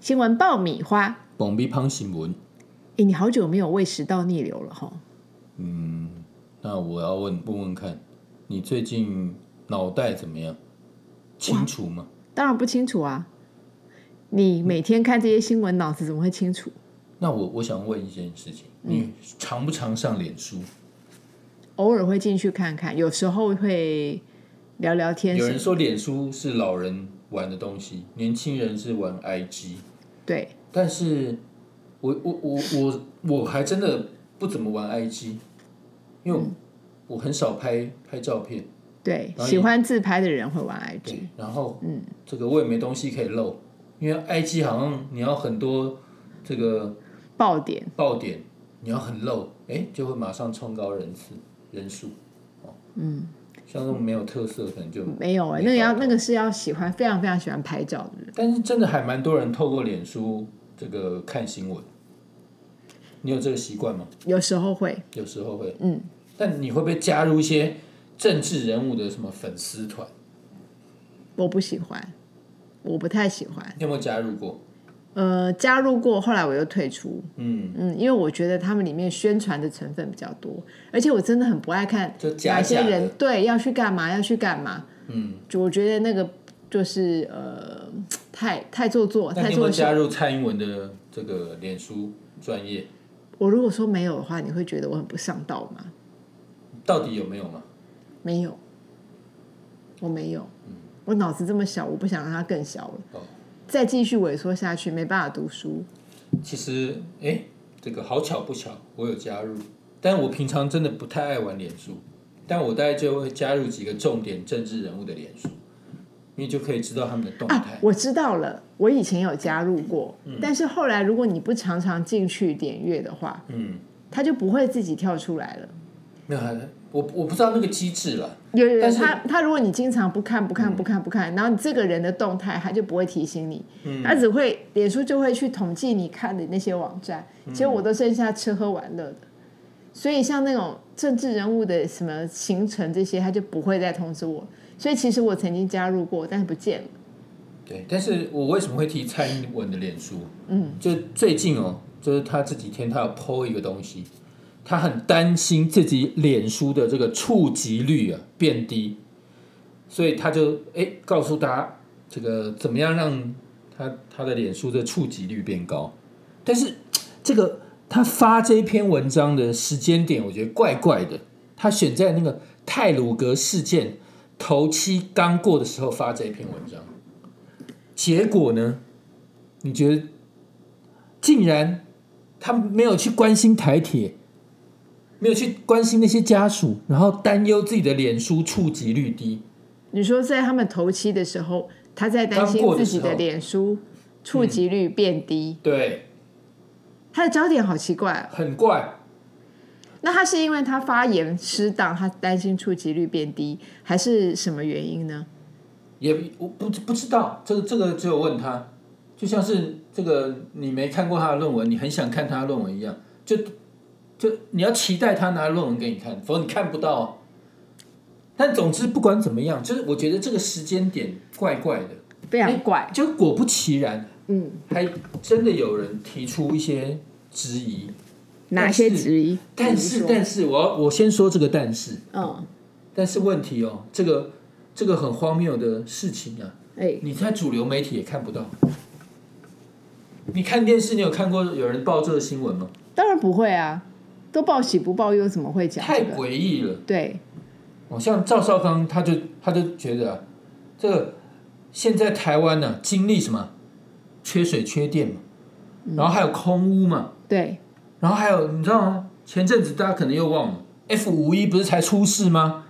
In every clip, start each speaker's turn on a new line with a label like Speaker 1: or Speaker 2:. Speaker 1: 新闻爆米花。
Speaker 2: 蹦逼胖新闻。
Speaker 1: 诶，你好久没有胃食道逆流了哈。
Speaker 2: 那我要问问问看，你最近脑袋怎么样？清楚吗？
Speaker 1: 当然不清楚啊，你每天看这些新闻，脑子怎么会清楚？
Speaker 2: 那我我想问一件事情，你常不常上脸书？
Speaker 1: 偶尔会进去看看，有时候会聊聊天
Speaker 2: 有
Speaker 1: 什么
Speaker 2: 人说脸书是老人玩的东西，年轻人是玩 IG，
Speaker 1: 对，
Speaker 2: 但是我我我我我还真的不怎么玩 IG，因为我我很少拍拍照片，
Speaker 1: 对，
Speaker 2: 然后
Speaker 1: 喜欢自拍的人会玩 IG，
Speaker 2: 对，然后嗯，这个我也没东西可以露，因为 IG 好像你要很多这个
Speaker 1: 爆点。
Speaker 2: 爆点，你要很露，哎，就会马上冲高人次人数，哦，嗯，像这种没有特色可能就
Speaker 1: 没有哎、
Speaker 2: 没
Speaker 1: 那个要
Speaker 2: 爆
Speaker 1: 那个是要喜欢，非常非常喜欢拍照的人。
Speaker 2: 但是真的还蛮多人透过脸书这个看新闻，你有这个习惯吗？
Speaker 1: 有时候会，
Speaker 2: 有时候会，嗯。但你会不会加入一些政治人物的什么粉丝团？
Speaker 1: 我不喜欢，我不太喜欢。
Speaker 2: 你有没有加入过？
Speaker 1: 呃，加入过，后来我又退出。
Speaker 2: 嗯，
Speaker 1: 嗯，因为我觉得他们里面宣传的成分比较多，而且我真的很不爱看
Speaker 2: 就假
Speaker 1: 哪些
Speaker 2: 假的
Speaker 1: 人对要去干嘛，要去干嘛。嗯，就我觉得那个就是呃，太太做作，
Speaker 2: 那
Speaker 1: 太
Speaker 2: 你有没有
Speaker 1: 做
Speaker 2: 加
Speaker 1: 作。
Speaker 2: 入蔡英文的这个脸书专业？
Speaker 1: 我如果说没有的话，你会觉得我很不上道吗？
Speaker 2: 到底有没有嘛？
Speaker 1: 没有，我没有。我脑子这么小，我不想让它更小了。
Speaker 2: 嗯哦
Speaker 1: 再继续萎缩下去，没办法读书。
Speaker 2: 其实，哎，这个好巧不巧，我有加入，但我平常真的不太爱玩脸书，但我大概就会加入几个重点政治人物的脸书，因为就可以知道他们的动态。嗯
Speaker 1: 啊，我知道了，我以前有加入过，但是后来如果你不常常进去点阅的话，
Speaker 2: 嗯，
Speaker 1: 它就不会自己跳出来了。
Speaker 2: 没有，还啊我我不知道那个机制了。
Speaker 1: 有有
Speaker 2: 但
Speaker 1: 有，
Speaker 2: 是嗯
Speaker 1: 他他如果你经常不看不看不看不看，然后你这个人的动态，他就不会提醒你，他只会脸书就会去统计你看的那些网站，
Speaker 2: 嗯
Speaker 1: 结果我都剩下吃喝玩乐的。所以像那种政治人物的什么行程这些，他就不会再通知我。所以其实我曾经加入过，但是不见了。
Speaker 2: 对，但是我为什么会提蔡英文的脸书？嗯，就最近哦，就是他这几天他有 PO 一个东西，他很担心自己脸书的这个触及率啊变低，所以他就哎告诉大家这个怎么样让他他的脸书的触及率变高，但是这个他发这篇文章的时间点，我觉得怪怪的，他选在那个泰鲁格事件头七刚过的时候发这篇文章。结果呢？你觉得竟然他没有去关心台铁，没有去关心那些家属，然后担忧自己的脸书触及率低，
Speaker 1: 你说在他们头期的时候，他在担心
Speaker 2: 刚过的
Speaker 1: 自己
Speaker 2: 时
Speaker 1: 的
Speaker 2: 候嗯
Speaker 1: 脸书触及率变低，
Speaker 2: 对，
Speaker 1: 他的焦点好奇怪、哦。
Speaker 2: 很怪。
Speaker 1: 那他是因为他发言失当，他担心触及率变低，还是什么原因呢？
Speaker 2: 也我不不知道，这个这个只有问他，就像是这个你没看过他的论文，你很想看他的论文一样，就就你要期待他拿论文给你看，否则你看不到。但总之不管怎么样，就是我觉得这个时间点怪怪的，
Speaker 1: 非
Speaker 2: 哎
Speaker 1: 常怪，
Speaker 2: 就果不其然，
Speaker 1: 嗯，
Speaker 2: 还真的有人提出一些质疑。
Speaker 1: 哪些质疑？
Speaker 2: 但
Speaker 1: 比
Speaker 2: 是
Speaker 1: 如说
Speaker 2: 但是我要我先说这个但是，
Speaker 1: 嗯，
Speaker 2: 但是问题哦，这个这个很荒谬的事情啊，
Speaker 1: 哎、
Speaker 2: 你在主流媒体也看不到。你看电视，你有看过有人报这个新闻吗？
Speaker 1: 当然不会啊，都报喜不报忧，怎么会讲
Speaker 2: 太
Speaker 1: 这个？
Speaker 2: 诡异了。
Speaker 1: 对，
Speaker 2: 哦，像赵少康，他就他就觉得、啊，这个现在台湾呢、啊经历什么缺水、缺电嘛，然后还有空屋嘛，
Speaker 1: 对，
Speaker 2: 然后还有你知道吗？前阵子大家可能又忘了，F 五一不是才出事吗？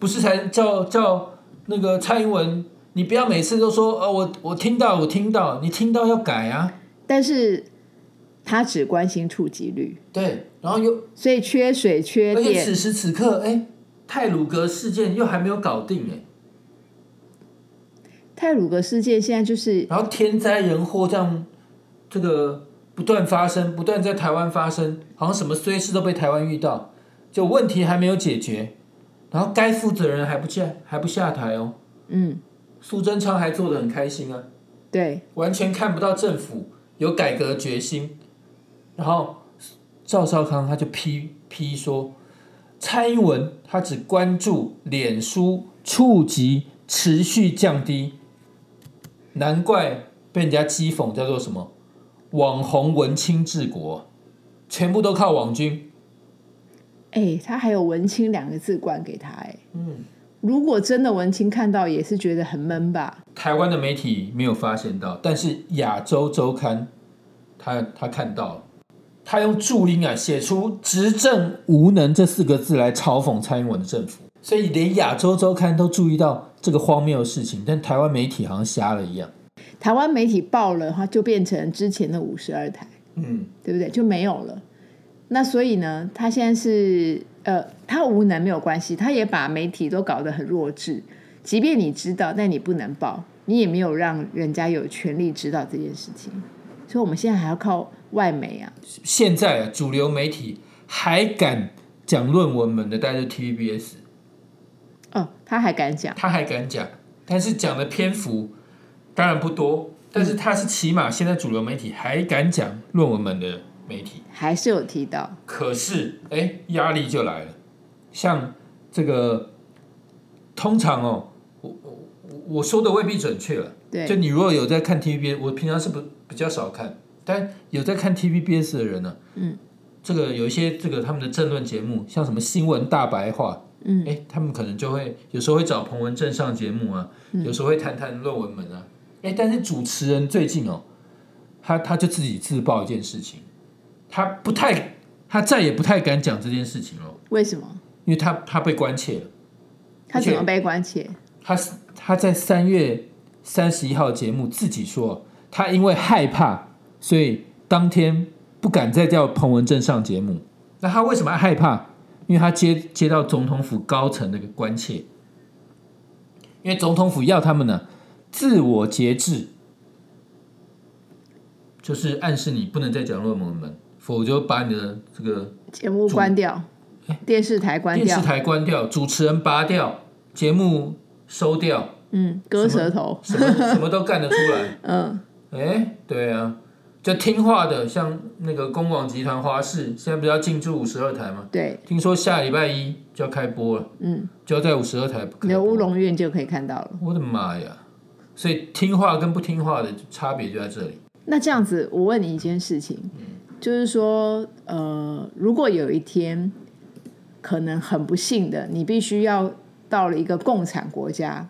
Speaker 2: 不是才叫叫那个蔡英文，你不要每次都说呃我我听到我听到，你听到要改啊。
Speaker 1: 但是他只关心触及率，
Speaker 2: 对，然后又
Speaker 1: 所以缺水缺
Speaker 2: 而且
Speaker 1: 电，
Speaker 2: 此时此刻，哎，泰鲁格事件又还没有搞定哎，
Speaker 1: 泰鲁格事件现在就是
Speaker 2: 然后天灾人祸这样，这个不断发生，不断在台湾发生，好像什么衰事都被台湾遇到，就问题还没有解决，然后该负责人还不下还不下台哦，
Speaker 1: 嗯。
Speaker 2: 苏贞昌还做的很开心啊，
Speaker 1: 对，
Speaker 2: 完全看不到政府有改革决心。然后赵少康他就批批说，蔡英文他只关注脸书触及持续降低，难怪被人家讥讽叫做什么网红文青治国，全部都靠网军。
Speaker 1: 哎、他还有文青两个字冠给他、哎，
Speaker 2: 嗯，
Speaker 1: 如果真的文青看到，也是觉得很闷吧？
Speaker 2: 台湾的媒体没有发现到，但是亚洲周刊他他看到了，他用注音啊写出“执政无能”这四个字来嘲讽蔡英文的政府，所以连亚洲周刊都注意到这个荒谬的事情，但台湾媒体好像瞎了一样。
Speaker 1: 台湾媒体爆了的话，就变成之前的五十二台，
Speaker 2: 嗯，
Speaker 1: 对不对？就没有了。那所以呢，他现在是呃，他无能没有关系，他也把媒体都搞得很弱智。即便你知道，但你不能报，你也没有让人家有权利知道这件事情。所以我们现在还要靠外媒啊，
Speaker 2: 现在啊，主流媒体还敢讲论文门的，大概就 TVBS，
Speaker 1: 哦，他还敢讲，
Speaker 2: 他还敢讲，但是讲的篇幅当然不多，但是他是起码现在主流媒体还敢讲论文门的媒体。
Speaker 1: 还是有提到，
Speaker 2: 可是，哎，压力就来了。像这个，通常哦，我我我我说的未必准确了。
Speaker 1: 对
Speaker 2: 就你如果有在看 TVBS，我平常是不比较少看，但有在看 TVBS 的人呢、
Speaker 1: 嗯，
Speaker 2: 这个有一些这个他们的政论节目，像什么新闻大白话，
Speaker 1: 嗯，
Speaker 2: 哎，他们可能就会有时候会找彭文正上节目啊，
Speaker 1: 嗯
Speaker 2: 有时候会谈谈论文门啊，哎，但是主持人最近哦，他他就自己自曝一件事情，他不太，他再也不太敢讲这件事情了，
Speaker 1: 为什么？
Speaker 2: 因为他他被关切了。
Speaker 1: 他
Speaker 2: 而且
Speaker 1: 怎么被关切？
Speaker 2: 他是他在三月三十一号节目自己说，他因为害怕，所以当天不敢再叫彭文正上节目。那他为什么害怕？因为他接接到总统府高层的一个关切，因为总统府要他们呢自我节制，就是暗示你不能再讲论文门，否则把你的这个
Speaker 1: 节目关掉，电视台关
Speaker 2: 电视
Speaker 1: 掉，
Speaker 2: 台关掉，主持人拔掉，节目收掉，
Speaker 1: 嗯，割舌头，
Speaker 2: 什 么什么都干得出来。
Speaker 1: 嗯，
Speaker 2: 哎，对啊，就听话的，像那个公广集团花市，现在不是要进驻五十二台吗？
Speaker 1: 对，
Speaker 2: 听说下礼拜一就要开播了，
Speaker 1: 嗯，
Speaker 2: 就要在五十二台
Speaker 1: 你
Speaker 2: 开
Speaker 1: 的乌
Speaker 2: 播。
Speaker 1: 龙院就可以看到了。
Speaker 2: 我的妈呀！所以听话跟不听话的差别就在这里。
Speaker 1: 那这样子，我问你一件事情，
Speaker 2: 嗯
Speaker 1: 就是说，呃，如果有一天，可能很不幸的，你必须要到了一个共产国家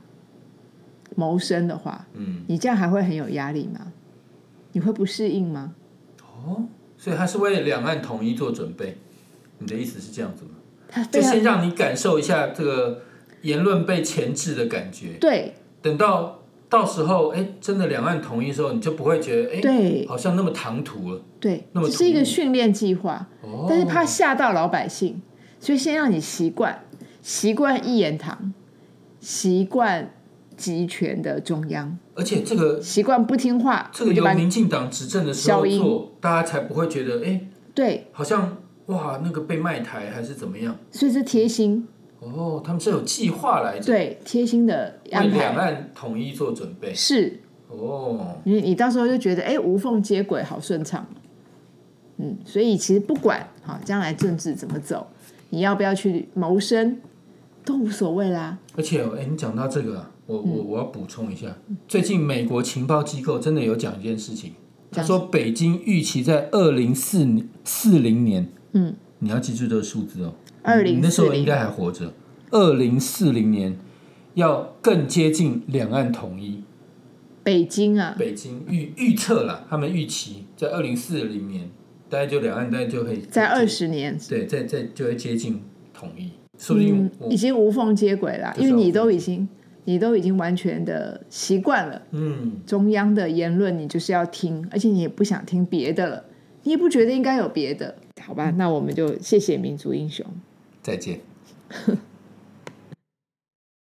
Speaker 1: 谋生的话，
Speaker 2: 嗯，
Speaker 1: 你这样还会很有压力吗？你会不适应吗？
Speaker 2: 哦，所以他是为了两岸统一做准备。你的意思是这样子吗？
Speaker 1: 他非
Speaker 2: 就
Speaker 1: 常
Speaker 2: 先让你感受一下这个言论被钳制的感觉。
Speaker 1: 对
Speaker 2: 等到到时候，哎，真的两岸统一的时候，你就不会觉得，哎，
Speaker 1: 对
Speaker 2: 好像那么唐突了。
Speaker 1: 对，
Speaker 2: 那么
Speaker 1: 这
Speaker 2: 突
Speaker 1: 是一个
Speaker 2: 兀
Speaker 1: 训练计划，
Speaker 2: 哦
Speaker 1: 但是怕吓到老百姓，所以先让你习惯习惯一言堂，习惯集权的中央，
Speaker 2: 而且这个
Speaker 1: 习惯不听话，
Speaker 2: 呃这个
Speaker 1: 我就
Speaker 2: 由
Speaker 1: 把你
Speaker 2: 民进党执政的时候
Speaker 1: 消音
Speaker 2: 做，大家才不会觉得，哎，
Speaker 1: 对，
Speaker 2: 好像哇那个被卖台还是怎么样？
Speaker 1: 所以是贴心，
Speaker 2: 哦，他们是有计划来着，
Speaker 1: 对贴心的
Speaker 2: 为
Speaker 1: 安
Speaker 2: 两
Speaker 1: 排
Speaker 2: 岸统一做准备。
Speaker 1: 是，
Speaker 2: 哦，
Speaker 1: 你你到时候就觉得哎、无缝接轨好顺畅，嗯，所以其实不管好将来政治怎么走，你要不要去谋生都无所谓啦，
Speaker 2: 而且哎，你讲到这个啊，
Speaker 1: 嗯
Speaker 2: 我我我要补充一下，最近美国情报机构真的有讲一件事情，他
Speaker 1: 讲
Speaker 2: 说北京预期在二零四四零年，
Speaker 1: 嗯，
Speaker 2: 你要记住这个数字哦，
Speaker 1: 二
Speaker 2: 你
Speaker 1: 零
Speaker 2: 那时
Speaker 1: 四
Speaker 2: 候应
Speaker 1: 零
Speaker 2: 该还活着。二零四零年要更接近两岸统一，
Speaker 1: 北京啊，
Speaker 2: 北京预预测了，他们预期在二零四零年，大概就两岸大概就可以
Speaker 1: 在二十年，
Speaker 2: 对，在在就会接近统一，说不定
Speaker 1: 嗯，
Speaker 2: 我
Speaker 1: 已经无缝接轨啦，
Speaker 2: 这
Speaker 1: 因
Speaker 2: 是
Speaker 1: 为
Speaker 2: 要
Speaker 1: 你都已经你都已经完全的习惯了
Speaker 2: 嗯，
Speaker 1: 中央的言论，你就是要听，而且你也不想听别的了，你也不
Speaker 2: 嗯
Speaker 1: 觉得应该有别的，好吧？那我们就谢谢民族英雄。
Speaker 2: 再见。